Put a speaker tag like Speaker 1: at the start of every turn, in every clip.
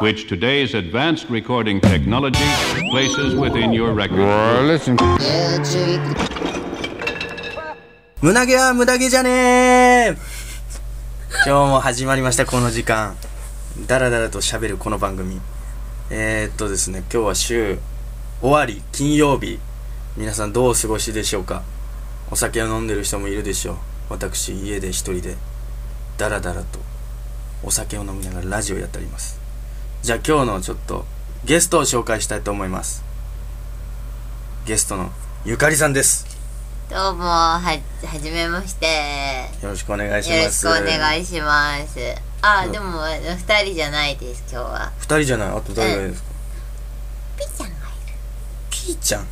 Speaker 1: which today's advanced recording technology places within your record.
Speaker 2: Well, listen.
Speaker 3: 胸毛は無駄毛じゃねえ今日も始まりましたこの時間だらだらと喋るこの番組えー、っとですね今日は週終わり金曜日皆さんどうお過ごしでしょうかお酒を飲んでる人もいるでしょう私家で一人でだらだらとお酒を飲みながらラジオやっておりますじゃあ今日のちょっとゲストを紹介したいと思いますゲストのゆかりさんです
Speaker 4: どうもははじめまして
Speaker 3: よろしくお願いし
Speaker 4: よろ
Speaker 3: ま
Speaker 4: し
Speaker 3: す
Speaker 4: くお願いしますあ
Speaker 3: うん
Speaker 4: でも2人じゃないです今日は
Speaker 3: 二人じゃないあと誰がいるんですか、
Speaker 4: ピーちゃんがいる
Speaker 3: ピーちゃん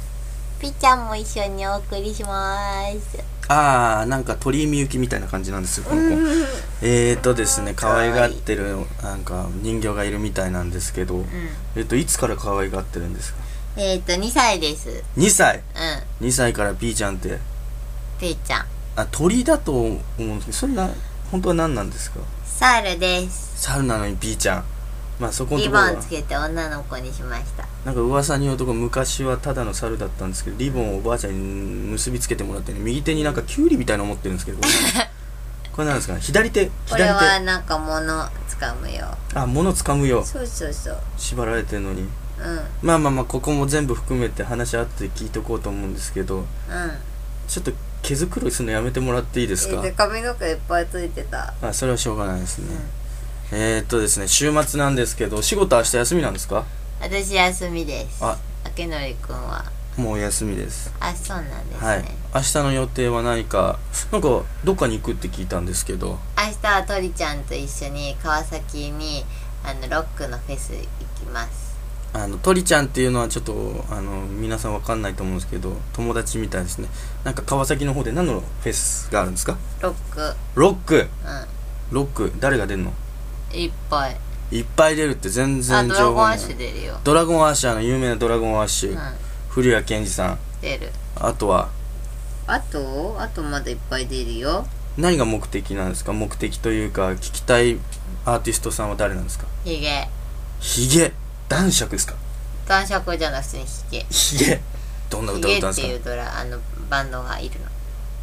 Speaker 4: ピーちゃんも一緒にお送りします
Speaker 3: ああなんか鳥居みゆきみたいな感じなんですよこの子えーとですね可愛がってるなんか人形がいるみたいなんですけど、えっといつから可愛がってるんですか
Speaker 4: えっ、ー、と2歳ですうん
Speaker 3: 2歳2歳からピーちゃんって
Speaker 4: ピーちゃん
Speaker 3: あ鳥だと思うんですけどそれな本当は何なんですか
Speaker 4: サルです
Speaker 3: 猿なのにピーちゃんまあそこの
Speaker 4: リ
Speaker 3: ところ
Speaker 4: ボ
Speaker 3: は
Speaker 4: ンつけて女の子にしました
Speaker 3: なんか噂によるとこ昔はただの猿だったんですけどリボンをおばあちゃんに結びつけてもらってね右手になんかキュウリみたいなの持ってるんですけど これなんですかね左手
Speaker 4: これ
Speaker 3: 左
Speaker 4: は
Speaker 3: 手
Speaker 4: なんか物つかむよ
Speaker 3: あ物掴むよ
Speaker 4: そうそうそう
Speaker 3: 縛られてるのに
Speaker 4: うんうん
Speaker 3: まあまあまあここも全部含めて話あって聞いとこうと思うんですけどちょっと毛づくろいするのやめてもらっていいですか
Speaker 4: えーと髪の毛いっぱいついてた
Speaker 3: あそれはしょうがないですね、えー、っとですね週末なんですけどお仕事明日休みなんですか
Speaker 4: 私休みです
Speaker 3: あ
Speaker 4: あけのりくんは
Speaker 3: もうお休みです
Speaker 4: あそうなんですね、
Speaker 3: はい明日の予定は何かなんかどっかに行くって聞いたんですけど
Speaker 4: 明日は鳥ちゃんと一緒に川崎にあのロックのフェス行きます
Speaker 3: あの鳥ちゃんっていうのはちょっとあの皆さんわかんないと思うんですけど友達みたいですねなんか川崎の方で何のフェスがあるんですか
Speaker 4: ロック
Speaker 3: ロック
Speaker 4: う
Speaker 3: ロック誰が出るの
Speaker 4: んいっぱい
Speaker 3: いっぱい出るって全
Speaker 4: あ
Speaker 3: 然
Speaker 4: ドラ
Speaker 3: 情
Speaker 4: ゴン
Speaker 3: 報
Speaker 4: ア
Speaker 3: な
Speaker 4: ッ
Speaker 3: い
Speaker 4: シュ出るよ
Speaker 3: ドラゴンアッシュあの有名なドラゴンアッシュ、
Speaker 4: うん
Speaker 3: 古谷健二さん
Speaker 4: 出る
Speaker 3: あとは
Speaker 4: あとあとまだいっぱい出るよ
Speaker 3: 何が目的なんですか目的というか聞きたいアーティストさんは誰なんですか
Speaker 4: ヒゲ
Speaker 3: ヒゲ男爵ですか
Speaker 4: 男爵じゃなくて普通にヒゲ
Speaker 3: ヒゲどんな
Speaker 4: ヒ
Speaker 3: 歌を
Speaker 4: ゲ
Speaker 3: 歌うん
Speaker 4: って
Speaker 3: です
Speaker 4: い
Speaker 3: か
Speaker 4: うドラあのバンドがいるの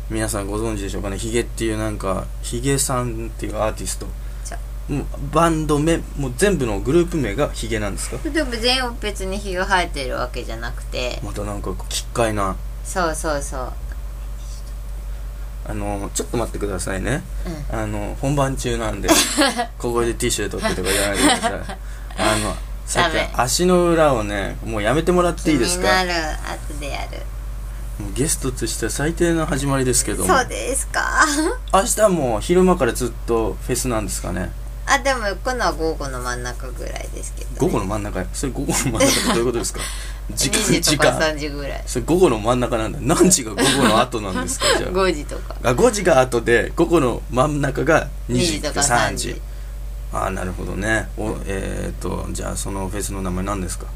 Speaker 3: 皆さんご存知でしょうかねヒゲっていうなんかヒゲさんっていうアーティスト
Speaker 4: じゃ
Speaker 3: もうバンド名もう全部のグループ名がヒゲなんですか
Speaker 4: でも全部別にヒゲ生えてるわけじゃなくて
Speaker 3: またなんか奇怪な
Speaker 4: そうそうそう
Speaker 3: あのちょっと待ってくださいね
Speaker 4: うん
Speaker 3: あの本番中なん で小声でティッシュで取ってとか言わないでくださいあのさっ
Speaker 4: ダメ
Speaker 3: き足の裏をねもうやめてもらっていいです
Speaker 4: 気
Speaker 3: か
Speaker 4: になる後でやる
Speaker 3: もうゲストとしては最低な始まりですけども
Speaker 4: そうですか
Speaker 3: 明日もう昼間からずっとフェスなんですかね
Speaker 4: あでも行くのは午後の真ん中ぐらいですけど、ね、
Speaker 3: 午後の真ん中それ午後の真ん中ってどういうことで すか時
Speaker 4: 2時
Speaker 3: 間時
Speaker 4: とか
Speaker 3: 間
Speaker 4: 3時ぐらい
Speaker 3: それ午後の真ん中なんだ何時が午後の後なんですかじゃ
Speaker 4: 5時とか
Speaker 3: ああ5時が後で午後の真ん中が2
Speaker 4: 2
Speaker 3: 時
Speaker 4: 時
Speaker 3: と
Speaker 4: と
Speaker 3: か
Speaker 4: か
Speaker 3: 3
Speaker 4: 3
Speaker 3: 時
Speaker 4: 時
Speaker 3: ああなるほどねおえー、っとじゃあそのフェスの名前 何ですか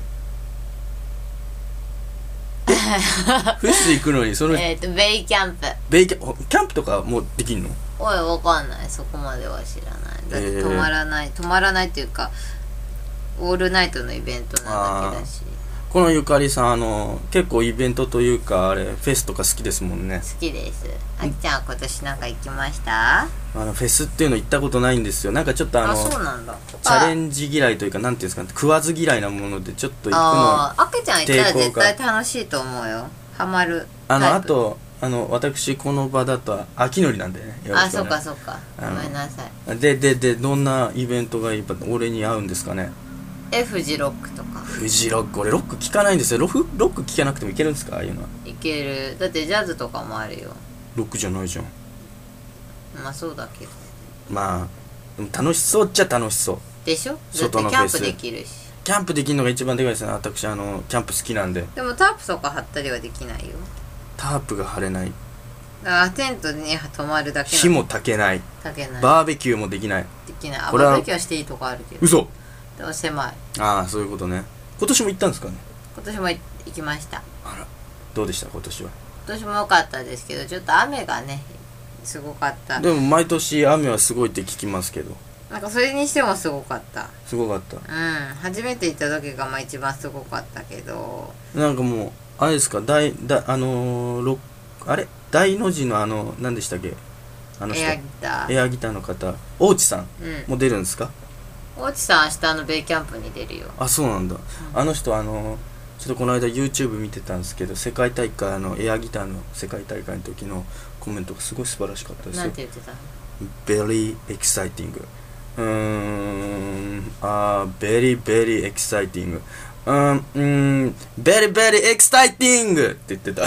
Speaker 3: フェス行くのにその
Speaker 4: えっ、とベイキャンプ
Speaker 3: ベイキャンキャンプとかもうできんの
Speaker 4: おいわかんないそこまでは知らないだって
Speaker 3: えー
Speaker 4: 止まらない、止まらないというかオールナイトのイベントなだけだし
Speaker 3: このゆかりさんあの結構イベントというかあれフェスとか好きですもんね
Speaker 4: 好きですあきちゃんは今年なんか行きました
Speaker 3: あのフェスっていうの行ったことないんですよなんかちょっとあ
Speaker 4: あ
Speaker 3: の
Speaker 4: そうなんだ
Speaker 3: チャレ
Speaker 4: ジ
Speaker 3: ンジ嫌いというかなんていうんですかね食わず嫌いなものでちょっと行くの
Speaker 4: ああきちゃん行ったら
Speaker 3: 抵
Speaker 4: 絶
Speaker 3: 抗が
Speaker 4: 対楽しいと思うよハマる
Speaker 3: あの
Speaker 4: タ
Speaker 3: あ
Speaker 4: イプ
Speaker 3: とあの私この場だと秋のりなんでねよろ
Speaker 4: あ
Speaker 3: しく
Speaker 4: そ
Speaker 3: お
Speaker 4: っか
Speaker 3: 願い
Speaker 4: そっか
Speaker 3: あの
Speaker 4: ごめんなさい
Speaker 3: でででどんなイベントがやっぱ俺に合うんですかね
Speaker 4: えフジロックとか
Speaker 3: フジロック俺ロック聞かないんですよロフロック聞かなくてもいけるんですかああいうのは
Speaker 4: 行けるだってジャズとかもあるよ
Speaker 3: ロックじゃないじゃん
Speaker 4: まあそうだけど
Speaker 3: まあでも楽しそうっちゃ楽しそう
Speaker 4: でしょだってキ
Speaker 3: 外の
Speaker 4: ャン
Speaker 3: フ
Speaker 4: プ
Speaker 3: ェス
Speaker 4: できるし
Speaker 3: キャンプできるのが一番でかいですね私あのキャンプ好きなんで
Speaker 4: でもタープとか張ったりはできないよ
Speaker 3: タープが張れない
Speaker 4: だからテントに泊まるだけ
Speaker 3: 火
Speaker 4: の
Speaker 3: も炊けない
Speaker 4: だけない
Speaker 3: バーベキューもできない
Speaker 4: できないあ
Speaker 3: これは
Speaker 4: バーベキューはしていいとこあるけど
Speaker 3: 嘘
Speaker 4: でも狭い
Speaker 3: ああそういうことね今年も行ったんですかね
Speaker 4: 今年も行きました
Speaker 3: あらどうでした今年は
Speaker 4: 今年も良かったですけどちょっと雨がねすごかった
Speaker 3: でも毎年雨はすごいって聞きますけど
Speaker 4: なんかそれにしてもすごかった
Speaker 3: すごかった
Speaker 4: うん初めて行った時がまあ一番すごかったけど
Speaker 3: なんかもうあれですか大大あのーロックあれ大の字のあの何でしたっけあの人
Speaker 4: エアギター
Speaker 3: エアギターの方大内さん
Speaker 4: うん
Speaker 3: も出るんですか
Speaker 4: 大地さん明日のベイキャンプに出るよ
Speaker 3: あそうなんだあの人あのーちょっとこの間 YouTube 見てたんですけど世界大会あのエアギターの世界大会の時のコメントがすごい素晴らしかったです
Speaker 4: な
Speaker 3: よ
Speaker 4: んて言ってた
Speaker 3: very exciting うーんあー very very exciting うーんうーん very very exciting って言ってた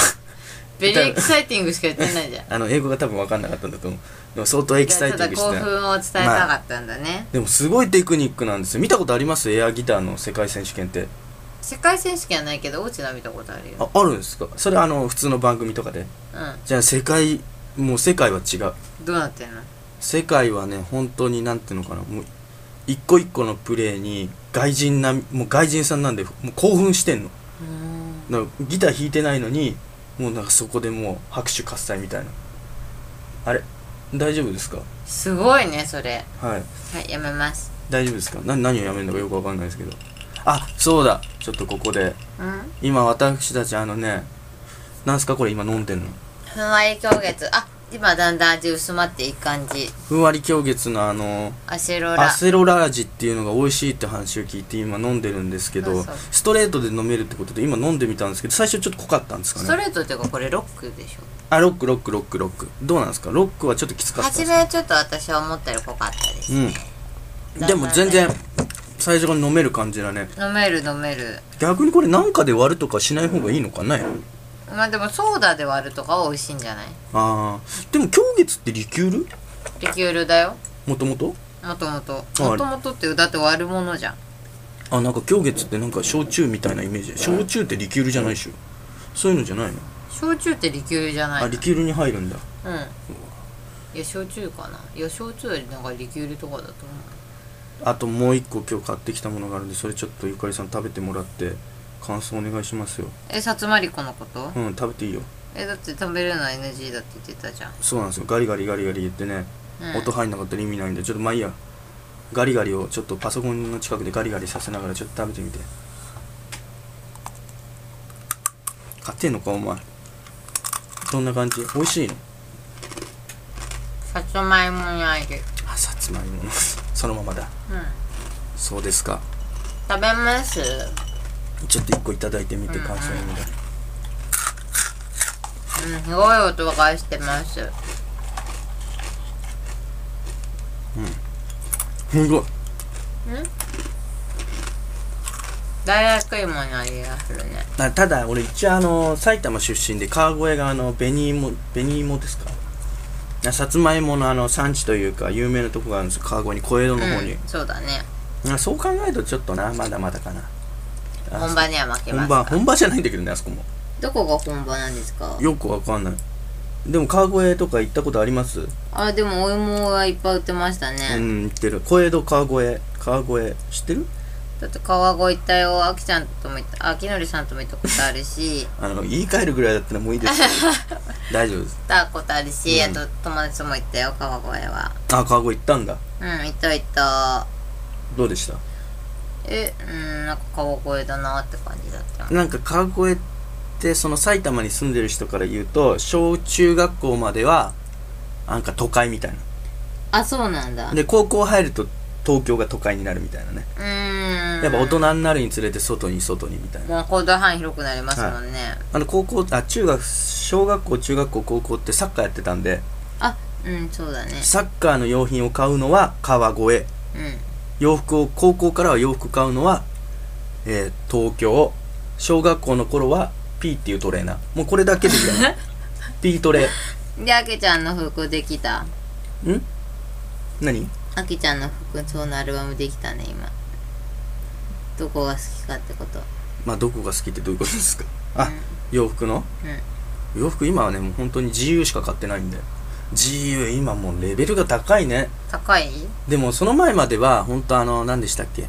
Speaker 4: ベリーエキサイティングしか言ってないじゃん
Speaker 3: あの英語が多分分かんなかったんだと思うでも相当エキサイティング
Speaker 4: じゃあちょ
Speaker 3: して
Speaker 4: ったと興奮を伝えたかったんだね、
Speaker 3: でもすごいテクニックなんですよ見たことありますエアギターの世界選手権って
Speaker 4: 世界選手権はないけど大地は見たことあるよ
Speaker 3: ああるんですかそれあの普通の番組とかでじゃあ世界もう世界は違う
Speaker 4: うんどうなってんの
Speaker 3: 世界はね本当になんていうのかなもう一個一個のプレーに外人なもう外人さんなんでもう興奮してんの
Speaker 4: うん
Speaker 3: だからギター弾いてないのにもうなんかそこでもう拍手喝采みたいなあれ大丈夫ですか
Speaker 4: すごいねそれ
Speaker 3: はい
Speaker 4: はいやめます
Speaker 3: 大丈夫ですかな何をやめるのかよくわかんないですけどあそうだちょっとここで
Speaker 4: うん
Speaker 3: 今私たちあのねなんすかこれ今飲んでんの
Speaker 4: ふんわり狂月あ今だんだん味薄まっていい感じ
Speaker 3: ふんわり狂月のあの
Speaker 4: アセロラ
Speaker 3: アセロラ味っていうのが美味しいって話を聞いて今飲んでるんですけど
Speaker 4: そうそう
Speaker 3: ストレートで飲めるってことで今飲んでみたんですけど最初ちょっと濃かったんです
Speaker 4: ス
Speaker 3: か
Speaker 4: ト
Speaker 3: ね
Speaker 4: レートっていうかこれロックでしょ
Speaker 3: あロックロックロックロックどうなんですかロックはちょっときつかったんで
Speaker 4: 初
Speaker 3: す
Speaker 4: め
Speaker 3: か
Speaker 4: はちょっと私は思ったより濃かったですね、
Speaker 3: うんでも全然最初から飲める感じだね
Speaker 4: 飲める飲める
Speaker 3: 逆にこれなんかで割るとかしない方がいいのかな
Speaker 4: まあでもソーダで割るとかは美味しいんじゃない
Speaker 3: あーでも狂月ってリキュール
Speaker 4: リキュールだよ
Speaker 3: もともと
Speaker 4: もともと
Speaker 3: あ
Speaker 4: もともとってだって割るものじゃん
Speaker 3: あなんか狂月ってなんか焼酎みたいなイメージ焼酎ってリキュールじゃないでしょそういうのじゃないの
Speaker 4: 焼酎ってリキュールじゃない
Speaker 3: あ
Speaker 4: の
Speaker 3: リキュールに入るんだ
Speaker 4: うんいや焼酎かないや焼酎よりなんかリキュールとかだと思う
Speaker 3: あともう一個今日買ってきたものがあるんでそれちょっとゆかりさん食べてもらって感想お願いしますよ
Speaker 4: えさつまりこのこと
Speaker 3: うん食べていいよ
Speaker 4: えだって食べるのは NG だって言ってたじゃん
Speaker 3: そうなんですよガリガリガリガリ言ってね、
Speaker 4: うん
Speaker 3: 音入んなかったら意味ないんでちょっとまあいいやガリガリをちょっとパソコンの近くでガリガリさせながらちょっと食べてみて買ってんのかお前どんな感じ美味しいの
Speaker 4: さつまいもにあげる
Speaker 3: あさつまいも のそのままだ
Speaker 4: うん
Speaker 3: そうですか
Speaker 4: 食べます
Speaker 3: ちょっと一個いただいてみて感想を見て
Speaker 4: うんすごい音がしてます
Speaker 3: すごい
Speaker 4: 大学芋の味がするね
Speaker 3: あただ俺一応あの埼玉出身で川越があの紅芋紅芋ですかあさつまいものあの産地というか有名なとこがあるんですよ川越に小江戸の方に
Speaker 4: う、ん、そうだね
Speaker 3: あそう考えるとちょっとなまだまだかなあ
Speaker 4: 本場には負けますか
Speaker 3: 本場本場じゃないんだけどねあそこも
Speaker 4: どこが本場なんですか
Speaker 3: よくわかんないでも川越とか行ったことあります
Speaker 4: あでもお芋がいっぱい売ってましたね、
Speaker 3: うん行ってる小江戸川越川越知ってる
Speaker 4: だって川越行ったよあきちゃんとも行ったあきのりさんとも行ったことあるし
Speaker 3: あの言い換えるぐらいだったらもういいです 大丈夫です
Speaker 4: 行ったことあるし、
Speaker 3: うん
Speaker 4: あと友達とも行ったよ川越は
Speaker 3: あ川越行ったんだ
Speaker 4: うん行った行った
Speaker 3: どうでした
Speaker 4: えうんなんか川越だなって感じだった
Speaker 3: なんか川越ってその埼玉に住んでる人から言うと小中学校まではなんか都会みたい
Speaker 4: あそうなんだ
Speaker 3: なで高校入ると東京が都会になるみたいなね
Speaker 4: うーん
Speaker 3: やっぱ大人になるにつれて外に外にみたいな
Speaker 4: もう行動範囲広くなりますもんね、
Speaker 3: あの高校あ中学小学校中学校高校ってサッカーやってたんで
Speaker 4: あうんそうだね
Speaker 3: サッカーの用品を買うのは川越
Speaker 4: うん
Speaker 3: 洋服を高校からは洋服買うのは、えー東京小学校の頃は P っていうトレーナーもうこれだけでいいよね P トレ
Speaker 4: であきちゃんの服できた
Speaker 3: ん何
Speaker 4: あきちゃんの服そうのアルバムできたね今どこが好きかってこと
Speaker 3: まあどこが好きってどういうことですかあ、洋服の
Speaker 4: う
Speaker 3: 洋服今はねもう本当に GU しか買ってないんで GU 今もうレベルが高いね
Speaker 4: ん高い
Speaker 3: でもその前までは本当あの何でしたっけ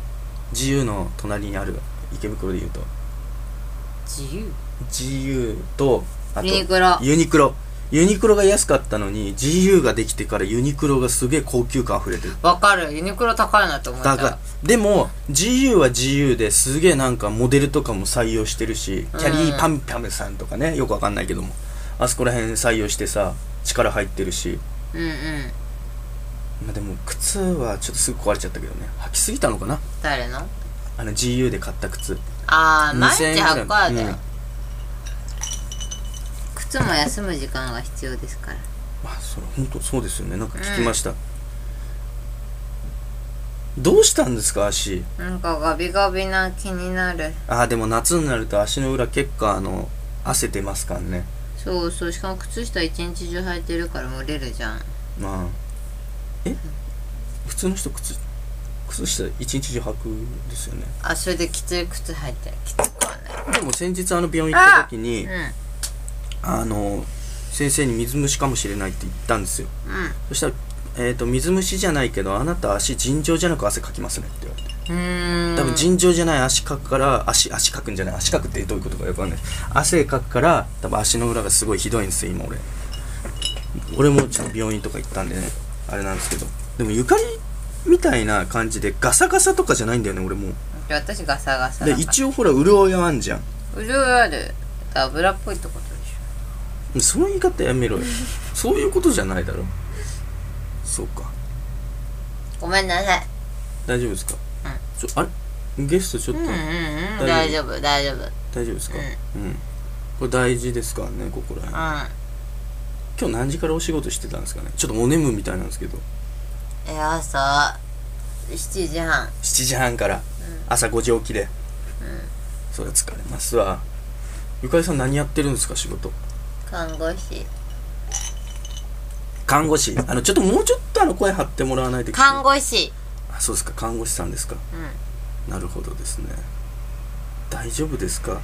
Speaker 3: GU の隣にある池袋で言うと
Speaker 4: 自由
Speaker 3: GU とあと
Speaker 4: ユニクロ
Speaker 3: ユニクロユニクロが安かったのに GU ができてからユニクロがすげえ高級感溢れてる
Speaker 4: わかるユニクロ高いなって思っちゃ
Speaker 3: だ
Speaker 4: う
Speaker 3: からでも GU は GU ですげえなんかモデルとかも採用してるしキャリーパンパムさんとかねよくわかんないけどもあそこら辺採用してさ力入ってるし
Speaker 4: うんうん
Speaker 3: まあでも靴はちょっとすぐ壊れちゃったけどね履きすぎたのかな
Speaker 4: 誰の
Speaker 3: あの GU で買った靴
Speaker 4: ああ毎日
Speaker 3: 2000
Speaker 4: 履くわだよ、
Speaker 3: うん
Speaker 4: 靴も休む時間が必要ですから
Speaker 3: まあそれ本当そうですよねなんか聞きました、どうしたんですか足
Speaker 4: なんかガビガビな気になる
Speaker 3: ああでも夏になると足の裏結構あの汗出ますからね
Speaker 4: そうそうしかも靴下一日中履いてるから蒸れるじゃん
Speaker 3: まあえ普通の人靴靴下一日中履くんですよね
Speaker 4: あそれできつい靴履いてるきつくはない
Speaker 3: でも先日あの病院行った時に
Speaker 4: う
Speaker 3: あの先生に水虫かもしれないって言ったんですよ
Speaker 4: んうん
Speaker 3: そしたら、えーと「水虫じゃないけどあなた足尋常じゃなく汗かきますね」って言われて
Speaker 4: うーん
Speaker 3: 多分尋常じゃない足かくから足足かくんじゃない足かくってどういうことかよくわかんない汗かくから多分足の裏がすごいひどいんですよ今俺俺もちょっと病院とか行ったんでねあれなんですけどでもゆかりみたいな感じでガサガサとかじゃないんだよね俺も
Speaker 4: 私ガサガサ
Speaker 3: で
Speaker 4: だから
Speaker 3: 一応ほら潤いはあんじゃん
Speaker 4: 潤いある油っぽいってことでし
Speaker 3: その言い方やめろよそういうことじゃないだろそうか
Speaker 4: ょごめんなさい
Speaker 3: 大丈夫ですか、ちょあれゲストちょっ
Speaker 4: う
Speaker 3: と、
Speaker 4: んうんうん
Speaker 3: 大
Speaker 4: 大
Speaker 3: 丈
Speaker 4: 丈夫大丈夫うん
Speaker 3: 大丈夫ですかうん、これ大事ですからねここら辺今日何時からお仕事してたんですかねちょっとお眠みたいなんですけど
Speaker 4: え朝7時半
Speaker 3: 7時半から朝5時起きで、それは疲れますわゆかりさん何やってるんですか仕事
Speaker 4: 看護師
Speaker 3: 看護師あのちょっともうちょっとあの声張ってもらわないと
Speaker 4: 看
Speaker 3: 護
Speaker 4: 護師
Speaker 3: あそうですか看護師さんですか
Speaker 4: うん
Speaker 3: なるほどですね大丈夫ですか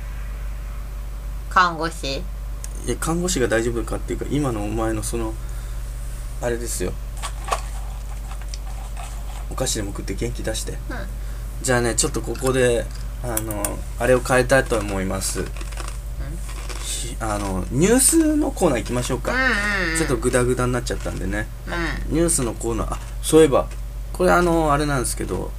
Speaker 4: 看護師
Speaker 3: いや看護師が大丈夫かっていうか今のお前のそのあれですよお菓子でも食って元気出して、じゃあねちょっとここであのあれを変えたいと思います、ひあのニュースのコーナー行きましょうか、
Speaker 4: うんうん
Speaker 3: ちょっとグダグダになっちゃったんでね
Speaker 4: うん
Speaker 3: ニュースのコーナーあそういえばこれあのあれなんですけど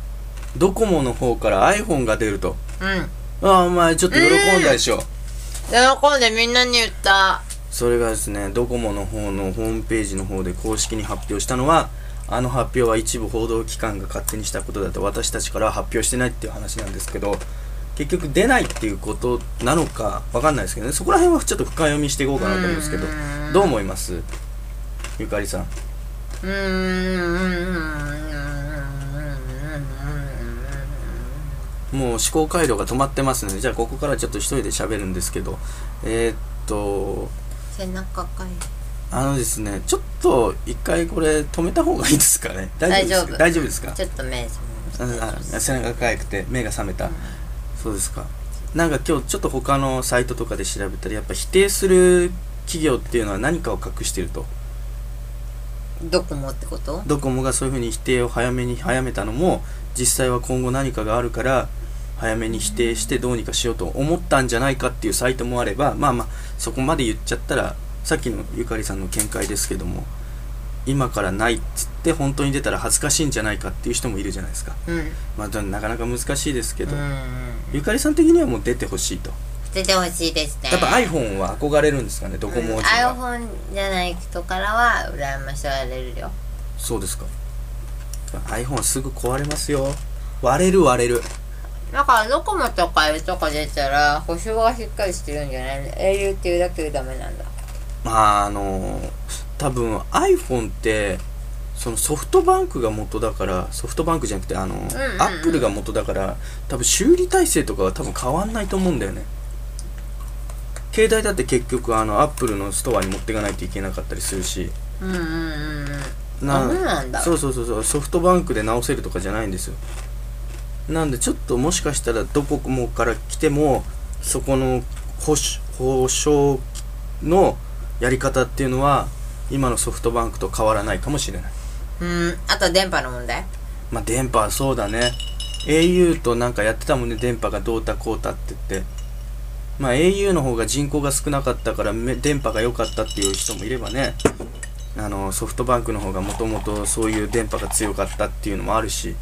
Speaker 3: ドコモの方から iPhone が出ると
Speaker 4: うん
Speaker 3: ああお前ちょっと喜んだでしょ、
Speaker 4: 喜んでみんなに言った
Speaker 3: それがですねドコモの方のホームページの方で公式に発表したのはあの発表は一部報道機関が勝手にしたことだと私たちからは発表してないっていう話なんですけど結局出ないっていうことなのかわかんないですけどねそこら辺はちょっと深読みしていこうかなと思うんですけどどう思いますゆかりさん
Speaker 4: うーん
Speaker 3: もう思考回路が止まってますのでじゃあここからちょっと一人で喋るんですけどえー、っと
Speaker 4: 背中かい
Speaker 3: あのですねちょっと一回これ止めた方がいいですかね大丈夫ですか大丈夫ですか
Speaker 4: ちょっと目覚
Speaker 3: ああ背中がかゆくて目が覚めた、そうですかなんか今日ちょっと他のサイトとかで調べたらやっぱ否定する企業っていうのは何かを隠してると
Speaker 4: めドコモってこと
Speaker 3: ドコモがそういうふうに否定を早めに早めたのも実際は今後何かがあるから早めに否定してどうにかしようと思ったんじゃないかっていうサイトもあればまあまあそこまで言っちゃったらさっきのゆかりさんの見解ですけども今からないっつって本当に出たら恥ずかしいんじゃないかっていう人もいるじゃないですか
Speaker 4: うんうん
Speaker 3: まあでもなかなか難しいですけど、
Speaker 4: うん
Speaker 3: ゆかりさん的にはもう出てほしいと
Speaker 4: 出てほしいですね
Speaker 3: やっぱ iPhone は憧れるんですかねドコモ人は、
Speaker 4: うん iPhone じゃない人からは羨ましがれるよ
Speaker 3: そうですか iPhone はすぐ壊れますよ割れる割れる
Speaker 4: だからドコモとか au とか出たら保証がしっかりしてるんじゃないの au っていうだけでダメなんだ
Speaker 3: まああの多分 iPhone ってそのソフトバンクが元だからソフトバンクじゃなくてあの、
Speaker 4: うんうん
Speaker 3: アップルが元だから多分修理体制とかは多分変わんないと思うんだよね携帯だって結局あのアップルのストアに持っていかないといけなかったりするし
Speaker 4: うんうんうんうんあ
Speaker 3: な
Speaker 4: そうなんだ
Speaker 3: そうそうそうそうソフトバンクで直せるとかじゃないんですよなんでちょっともしかしたらどこもから来てもそこの保守保証のやり方っていうのは今のソフトバンクと変わらないかもしれない
Speaker 4: うんあと電波の問題
Speaker 3: まあ電波はそうだね au となんかやってたもんね電波がどうたこうたって言ってまあ au の方が人口が少なかったからめ電波が良かったっていう人もいればねあのソフトバンクの方がもともとそういう電波が強かったっていうのもあるし、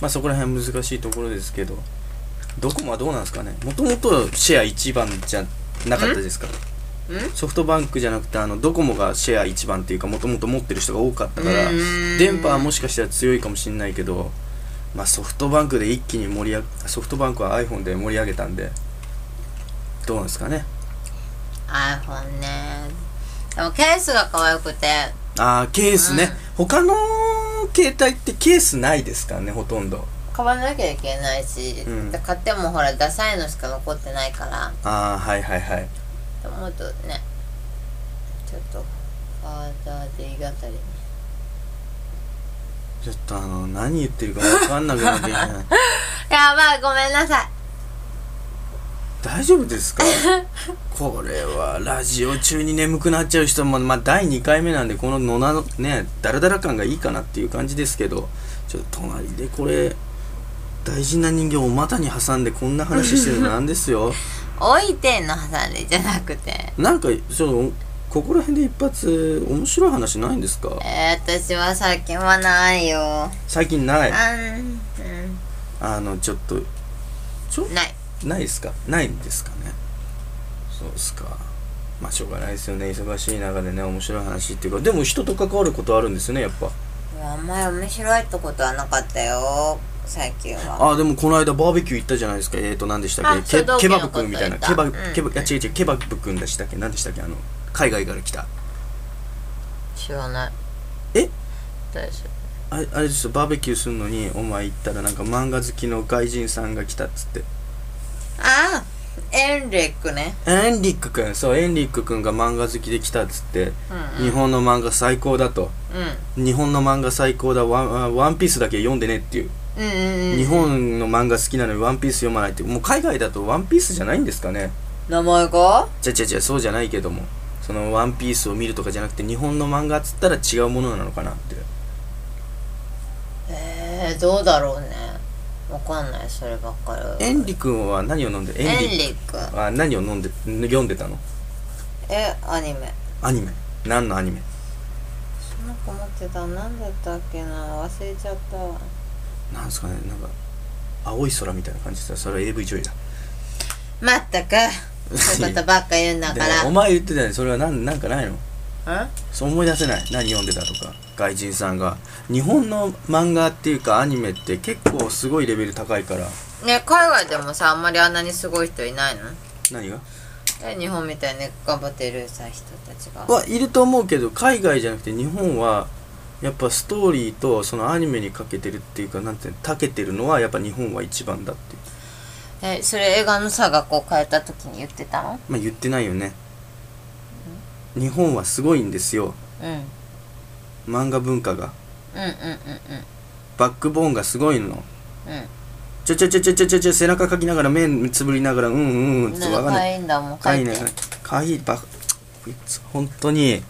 Speaker 3: まあ、そこら辺は難しいところですけどドコモはどうなんですかねもともとシェア1番じゃなかったですかソフトバンクじゃなくてあのドコモがシェア1番っていうかもともと持ってる人が多かったから
Speaker 4: うーん
Speaker 3: 電波はもしかしたら強いかもしれないけど、まあ、ソフトバンクで一気に盛り上げソフトバンクは iPhone で盛り上げたんでどうなんですかね
Speaker 4: iPhone ねでもケースが可愛くて
Speaker 3: ああケースね、他の携帯ってケースないですからねほとんど
Speaker 4: 買わなきゃいけないし、
Speaker 3: うん
Speaker 4: で買ってもほらダサいのしか残ってないから
Speaker 3: ああはいはいはい
Speaker 4: と思うとねちょっとファーザーディーがたりに
Speaker 3: ちょっとあの何言ってるか分かんなくなってきた
Speaker 4: やばいごめんなさい
Speaker 3: 大丈夫ですかこれはラジオ中に眠くなっちゃう人も、まあ、第2回目なんでこののなのねダラダラ感がいいかなっていう感じですけどちょっと隣でこれ大事な人形を股に挟んでこんな話してるのなんですよ
Speaker 4: 置いてんの挟んでじゃなくて
Speaker 3: なんかちょっとここら辺で一発面白い話ないんですか
Speaker 4: えー、私は最近はないよあ
Speaker 3: 最近ない
Speaker 4: んうん
Speaker 3: あのちょっとちょ
Speaker 4: ない
Speaker 3: ないですかないんですかねそうですかまあしょうがないですよね忙しい中でね面白い話っていうかでも人と関わることあるんですよねやっぱ
Speaker 4: もうあんまり面白いってことはなかったよ最近は
Speaker 3: ああでもこの間バーベキュー行ったじゃないですかえーと何でしたっけ
Speaker 4: あ
Speaker 3: ケ
Speaker 4: 書道家
Speaker 3: ケバ
Speaker 4: の
Speaker 3: ブ
Speaker 4: こと
Speaker 3: 君みたい
Speaker 4: 言
Speaker 3: な
Speaker 4: った
Speaker 3: ケバ,、
Speaker 4: うん
Speaker 3: ケバあ違う違うケバブ君でしたっけ何でしたっけあの海外から来た
Speaker 4: 知らない
Speaker 3: え
Speaker 4: 大丈
Speaker 3: あれあれですよバーベキューするのにお前行ったらなんか漫画好きの外人さんが来たっつって
Speaker 4: 夫あーエンリックね
Speaker 3: エンリック君そうエンリック君が漫画好きで来たっつって、
Speaker 4: うんうん
Speaker 3: 日本の漫画最高だと
Speaker 4: う
Speaker 3: 日本の漫画最高だワンあワンピースだけ読んでねっていう、
Speaker 4: んうんうんうん
Speaker 3: 日本の漫画好きなのにワンピース読まないってもう海外だとワンピースじゃないんですかね
Speaker 4: 名前が
Speaker 3: じゃじゃじゃそうじゃないけどもそのワンピースを見るとかじゃなくて日本の漫画っつったら違うものなのかなって
Speaker 4: えー、どうだろうねわかんないそればっかり
Speaker 3: エンリ君は何を飲んでエ
Speaker 4: エン
Speaker 3: リ
Speaker 4: リック
Speaker 3: あ何を飲んで読んでたの
Speaker 4: えアニメ
Speaker 3: アニメ何のアニメ
Speaker 4: なんか持ってた何だったっけな忘れちゃったわ
Speaker 3: なんですかねなんか青い空みたいな感じでそれは AV 女優だ
Speaker 4: まったくそういうことばっか言うんだ
Speaker 3: で
Speaker 4: から
Speaker 3: お前言ってたよねそれはなんなんかないの
Speaker 4: ん
Speaker 3: そう思い出せない何読んでたとか外人さんが日本の漫画っていうかアニメって結構すごいレベル高いから
Speaker 4: ね海外でもさあんまりあんなにすごい人いないの
Speaker 3: 何が
Speaker 4: え日本みたいに頑張ってるさ人たちが
Speaker 3: はいると思うけど海外じゃなくて日本はやっぱストーリーとそのアニメにかけてるっていうかなんていうのたけてるのはやっぱ日本は一番だっていう
Speaker 4: えそれ映画のさがこう変えた時に言ってたの
Speaker 3: まあ言ってないよね日本はすごいんですよ
Speaker 4: うんうん
Speaker 3: 漫画文化が
Speaker 4: うんうん
Speaker 3: バックボーンがすごいの
Speaker 4: うんうん
Speaker 3: ちょちょちょちょちょちょちょ背中かきながら目つぶりながらうんうんうん
Speaker 4: う
Speaker 3: っ
Speaker 4: ん
Speaker 3: て
Speaker 4: な
Speaker 3: わ
Speaker 4: ん
Speaker 3: かん
Speaker 4: か
Speaker 3: な
Speaker 4: 可
Speaker 3: い
Speaker 4: 愛いんだもん
Speaker 3: かわいい
Speaker 4: 書
Speaker 3: ね
Speaker 4: て
Speaker 3: かわいいバカこいつ本当に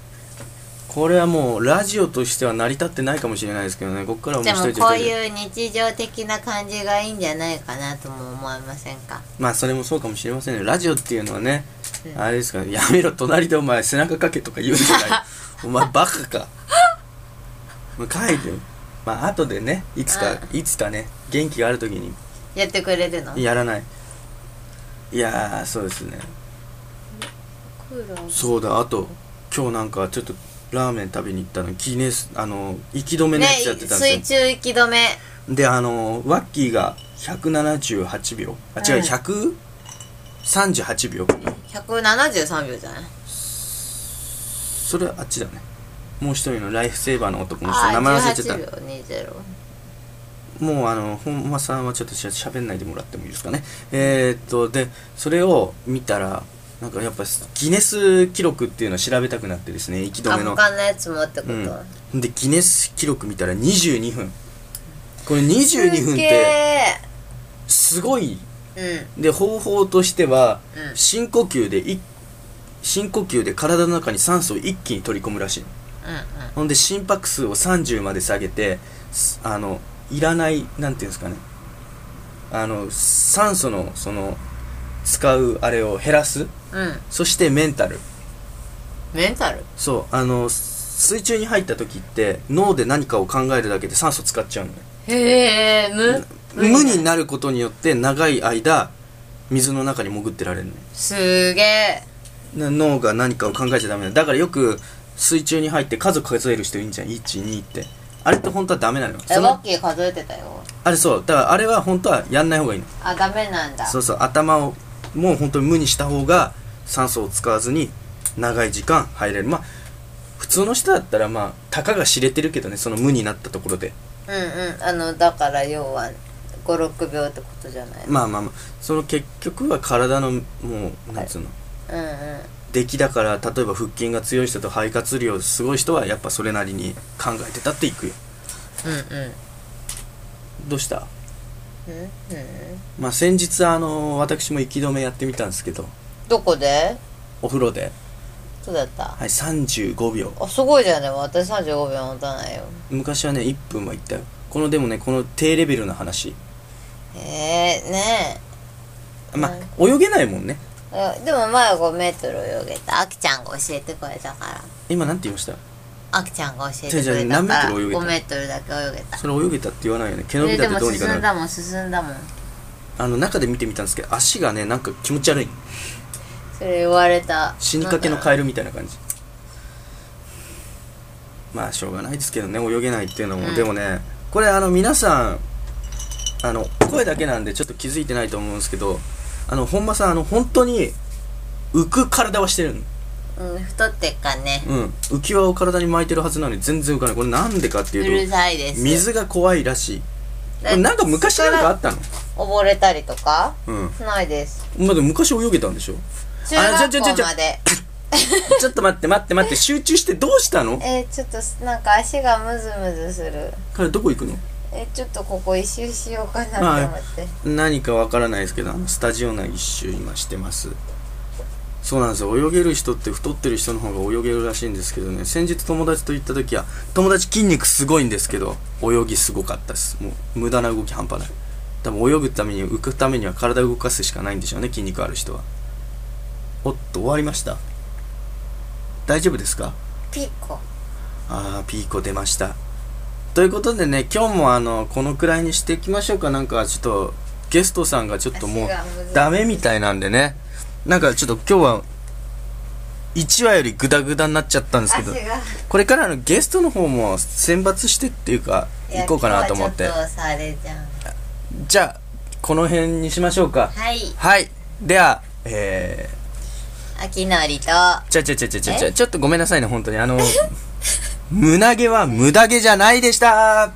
Speaker 3: これはもうラジオとしては成り立ってないかもしれないですけどねここからはも
Speaker 4: で
Speaker 3: う一
Speaker 4: も
Speaker 3: 人
Speaker 4: こう
Speaker 3: う
Speaker 4: いう日常的な感じがいいんじゃないかなとも思いませんか
Speaker 3: まあそれもそうかもしれませんねラジオっていうのはね、
Speaker 4: うん
Speaker 3: あれですからやめろ隣でお前背中かけとか言うんじゃないお前バカかまあ書いてまあ後でねいつかいつかね元気がある時に
Speaker 4: やってくれるの
Speaker 3: やらないいやーそうですね
Speaker 4: クーラー
Speaker 3: そうだあと今日なんかちょっとラーメン食べに行ったのギネスあの息止め
Speaker 4: ね
Speaker 3: のやつやってたんですよ、
Speaker 4: 水中息止め
Speaker 3: であのワッキーが178秒あ違う、138秒
Speaker 4: 173秒じゃない
Speaker 3: それはあっちだねもう一人のライフセーバーの男の人
Speaker 4: あ
Speaker 3: 名前忘れちゃっ
Speaker 4: 18秒20
Speaker 3: たもうあの本間さんはちょっとしゃしゃべんないでもらってもいいですかねえー、っとでそれを見たらなんかやっぱギネス記録っていうのを調べたくなってですね息止
Speaker 4: あ
Speaker 3: めの
Speaker 4: 他のやつもってこと、
Speaker 3: うん、でギネス記録見たら22分これ22分ってすごい
Speaker 4: すげー
Speaker 3: で方法としては、
Speaker 4: うん
Speaker 3: 深呼吸でい深呼吸で体の中に酸素を一気に取り込むらしい
Speaker 4: うんうんうん
Speaker 3: ほんで心拍数を30まで下げてすあのいらないなんていうんですかねあの酸素のその使うあれを減らす
Speaker 4: うん
Speaker 3: そしてメンタル
Speaker 4: メンタル
Speaker 3: そうあの水中に入った時って脳で何かを考えるだけで酸素使っちゃうのよ
Speaker 4: へえ無
Speaker 3: 無になることによって長い間水の中に潜ってられるのよ
Speaker 4: すげえ
Speaker 3: な脳が何かを考えちゃダメなのだからよく水中に入って数数える人いるんじゃん12ってあれって本当はダメなのよ
Speaker 4: え
Speaker 3: そ
Speaker 4: ワ
Speaker 3: の
Speaker 4: ッキー数えてたよ
Speaker 3: あれそうだからあれは本当はやんない方がいいの
Speaker 4: あダメなんだ
Speaker 3: そうそう頭をもう本当に無にした方が酸素を使わずに長い時間入れるまあ普通の人だったらまあたかが知れてるけどねその無になったところで
Speaker 4: うんうんあのだから要は56秒ってことじゃない
Speaker 3: まあまあまあその結局は体のもうなんつうの
Speaker 4: うんうん
Speaker 3: 出来だから例えば腹筋が強い人と肺活量すごい人はやっぱそれなりに考えてたっていくよ
Speaker 4: うんうん
Speaker 3: どうした
Speaker 4: うんうん
Speaker 3: まあ先日あの私も息止めやってみたんですけど
Speaker 4: どこで
Speaker 3: お風呂で
Speaker 4: そうだった
Speaker 3: はい35秒
Speaker 4: あすごいじゃんでも私35秒持たないよ
Speaker 3: 昔はね1分はいったよこのでもねこの低レベルな話
Speaker 4: ええね
Speaker 3: まあ泳げないもんね
Speaker 4: えあでも前は5メートル泳げたあきちゃんが教えてくれたから
Speaker 3: 今なんて言いました
Speaker 4: あきちゃんが教えてくれ
Speaker 3: じゃあ
Speaker 4: た
Speaker 3: じ
Speaker 4: か
Speaker 3: ゃあ
Speaker 4: ら
Speaker 3: 何メートル泳げた
Speaker 4: 5メートルだけ泳げた
Speaker 3: それ泳げたって言わないよね毛伸び
Speaker 4: えで
Speaker 3: だって
Speaker 4: も
Speaker 3: どうにか
Speaker 4: 進ん
Speaker 3: な
Speaker 4: だ
Speaker 3: る
Speaker 4: もん進んだもん
Speaker 3: あの中で見てみたんですけど足がねなんか気持ち悪い
Speaker 4: それ言われた
Speaker 3: 死にかけの
Speaker 4: 会
Speaker 3: カエルみたいな感じまあしょうがないですけどね泳げないっていうのも、
Speaker 4: うん
Speaker 3: でもねこれあの皆さんあの声だけなんでちょっと気づいてないと思うんですけどあの本間さんあの本当に浮く体はしてるの
Speaker 4: うん太ってっかね
Speaker 3: うん浮き輪を体に巻いてるはずなのに全然浮かないこれなんでかって
Speaker 4: う
Speaker 3: い
Speaker 4: る
Speaker 3: う
Speaker 4: さいで
Speaker 3: と
Speaker 4: す
Speaker 3: 水が怖いらしいこれなんか昔なんかあったの
Speaker 4: 溺れたりとか
Speaker 3: うん
Speaker 4: ないです
Speaker 3: まあでも昔泳げたんでしょ
Speaker 4: 中学
Speaker 3: ちょちょ
Speaker 4: 校
Speaker 3: ちょ
Speaker 4: まで
Speaker 3: ちょっと待って待って待って集中してどうしたの
Speaker 4: えーちょっとなんか足がムズムズする
Speaker 3: 彼どこ行くの
Speaker 4: えーちょっとここ一周しようかなって思って、
Speaker 3: 何かわからないですけどあのスタジオ内一周今してますそうなんですよ泳げる人って太ってる人の方が泳げるらしいんですけどね先日友達と行った時は友達筋肉すごいんですけど泳ぎすごかったですもう無駄な動き半端ない多分泳ぐために浮くためには体を動かすしかないんでしょうね筋肉ある人はおっと終わりました大丈夫ですか
Speaker 4: ピッコ
Speaker 3: あーピーコ出ましたということでね今日もあのこのくらいにしていきましょうかなんかちょっとゲストさんがちょっともう
Speaker 4: 足が難しい
Speaker 3: ダメみたいなんでねなんかちょっと今日は1話よりグダグダになっちゃったんですけ
Speaker 4: 足
Speaker 3: ど
Speaker 4: が
Speaker 3: これからのゲストの方も選抜してっていうか
Speaker 4: いや
Speaker 3: 行こうかなと思って
Speaker 4: 今日はちょっとさあれじゃん
Speaker 3: じゃあこの辺にしましょうか
Speaker 4: はい
Speaker 3: はいではえー
Speaker 4: 秋のりと
Speaker 3: ちゃちゃちゃちゃちゃ ちゃちょっとごめんなさいね本当にあの胸毛は無駄毛じゃないでした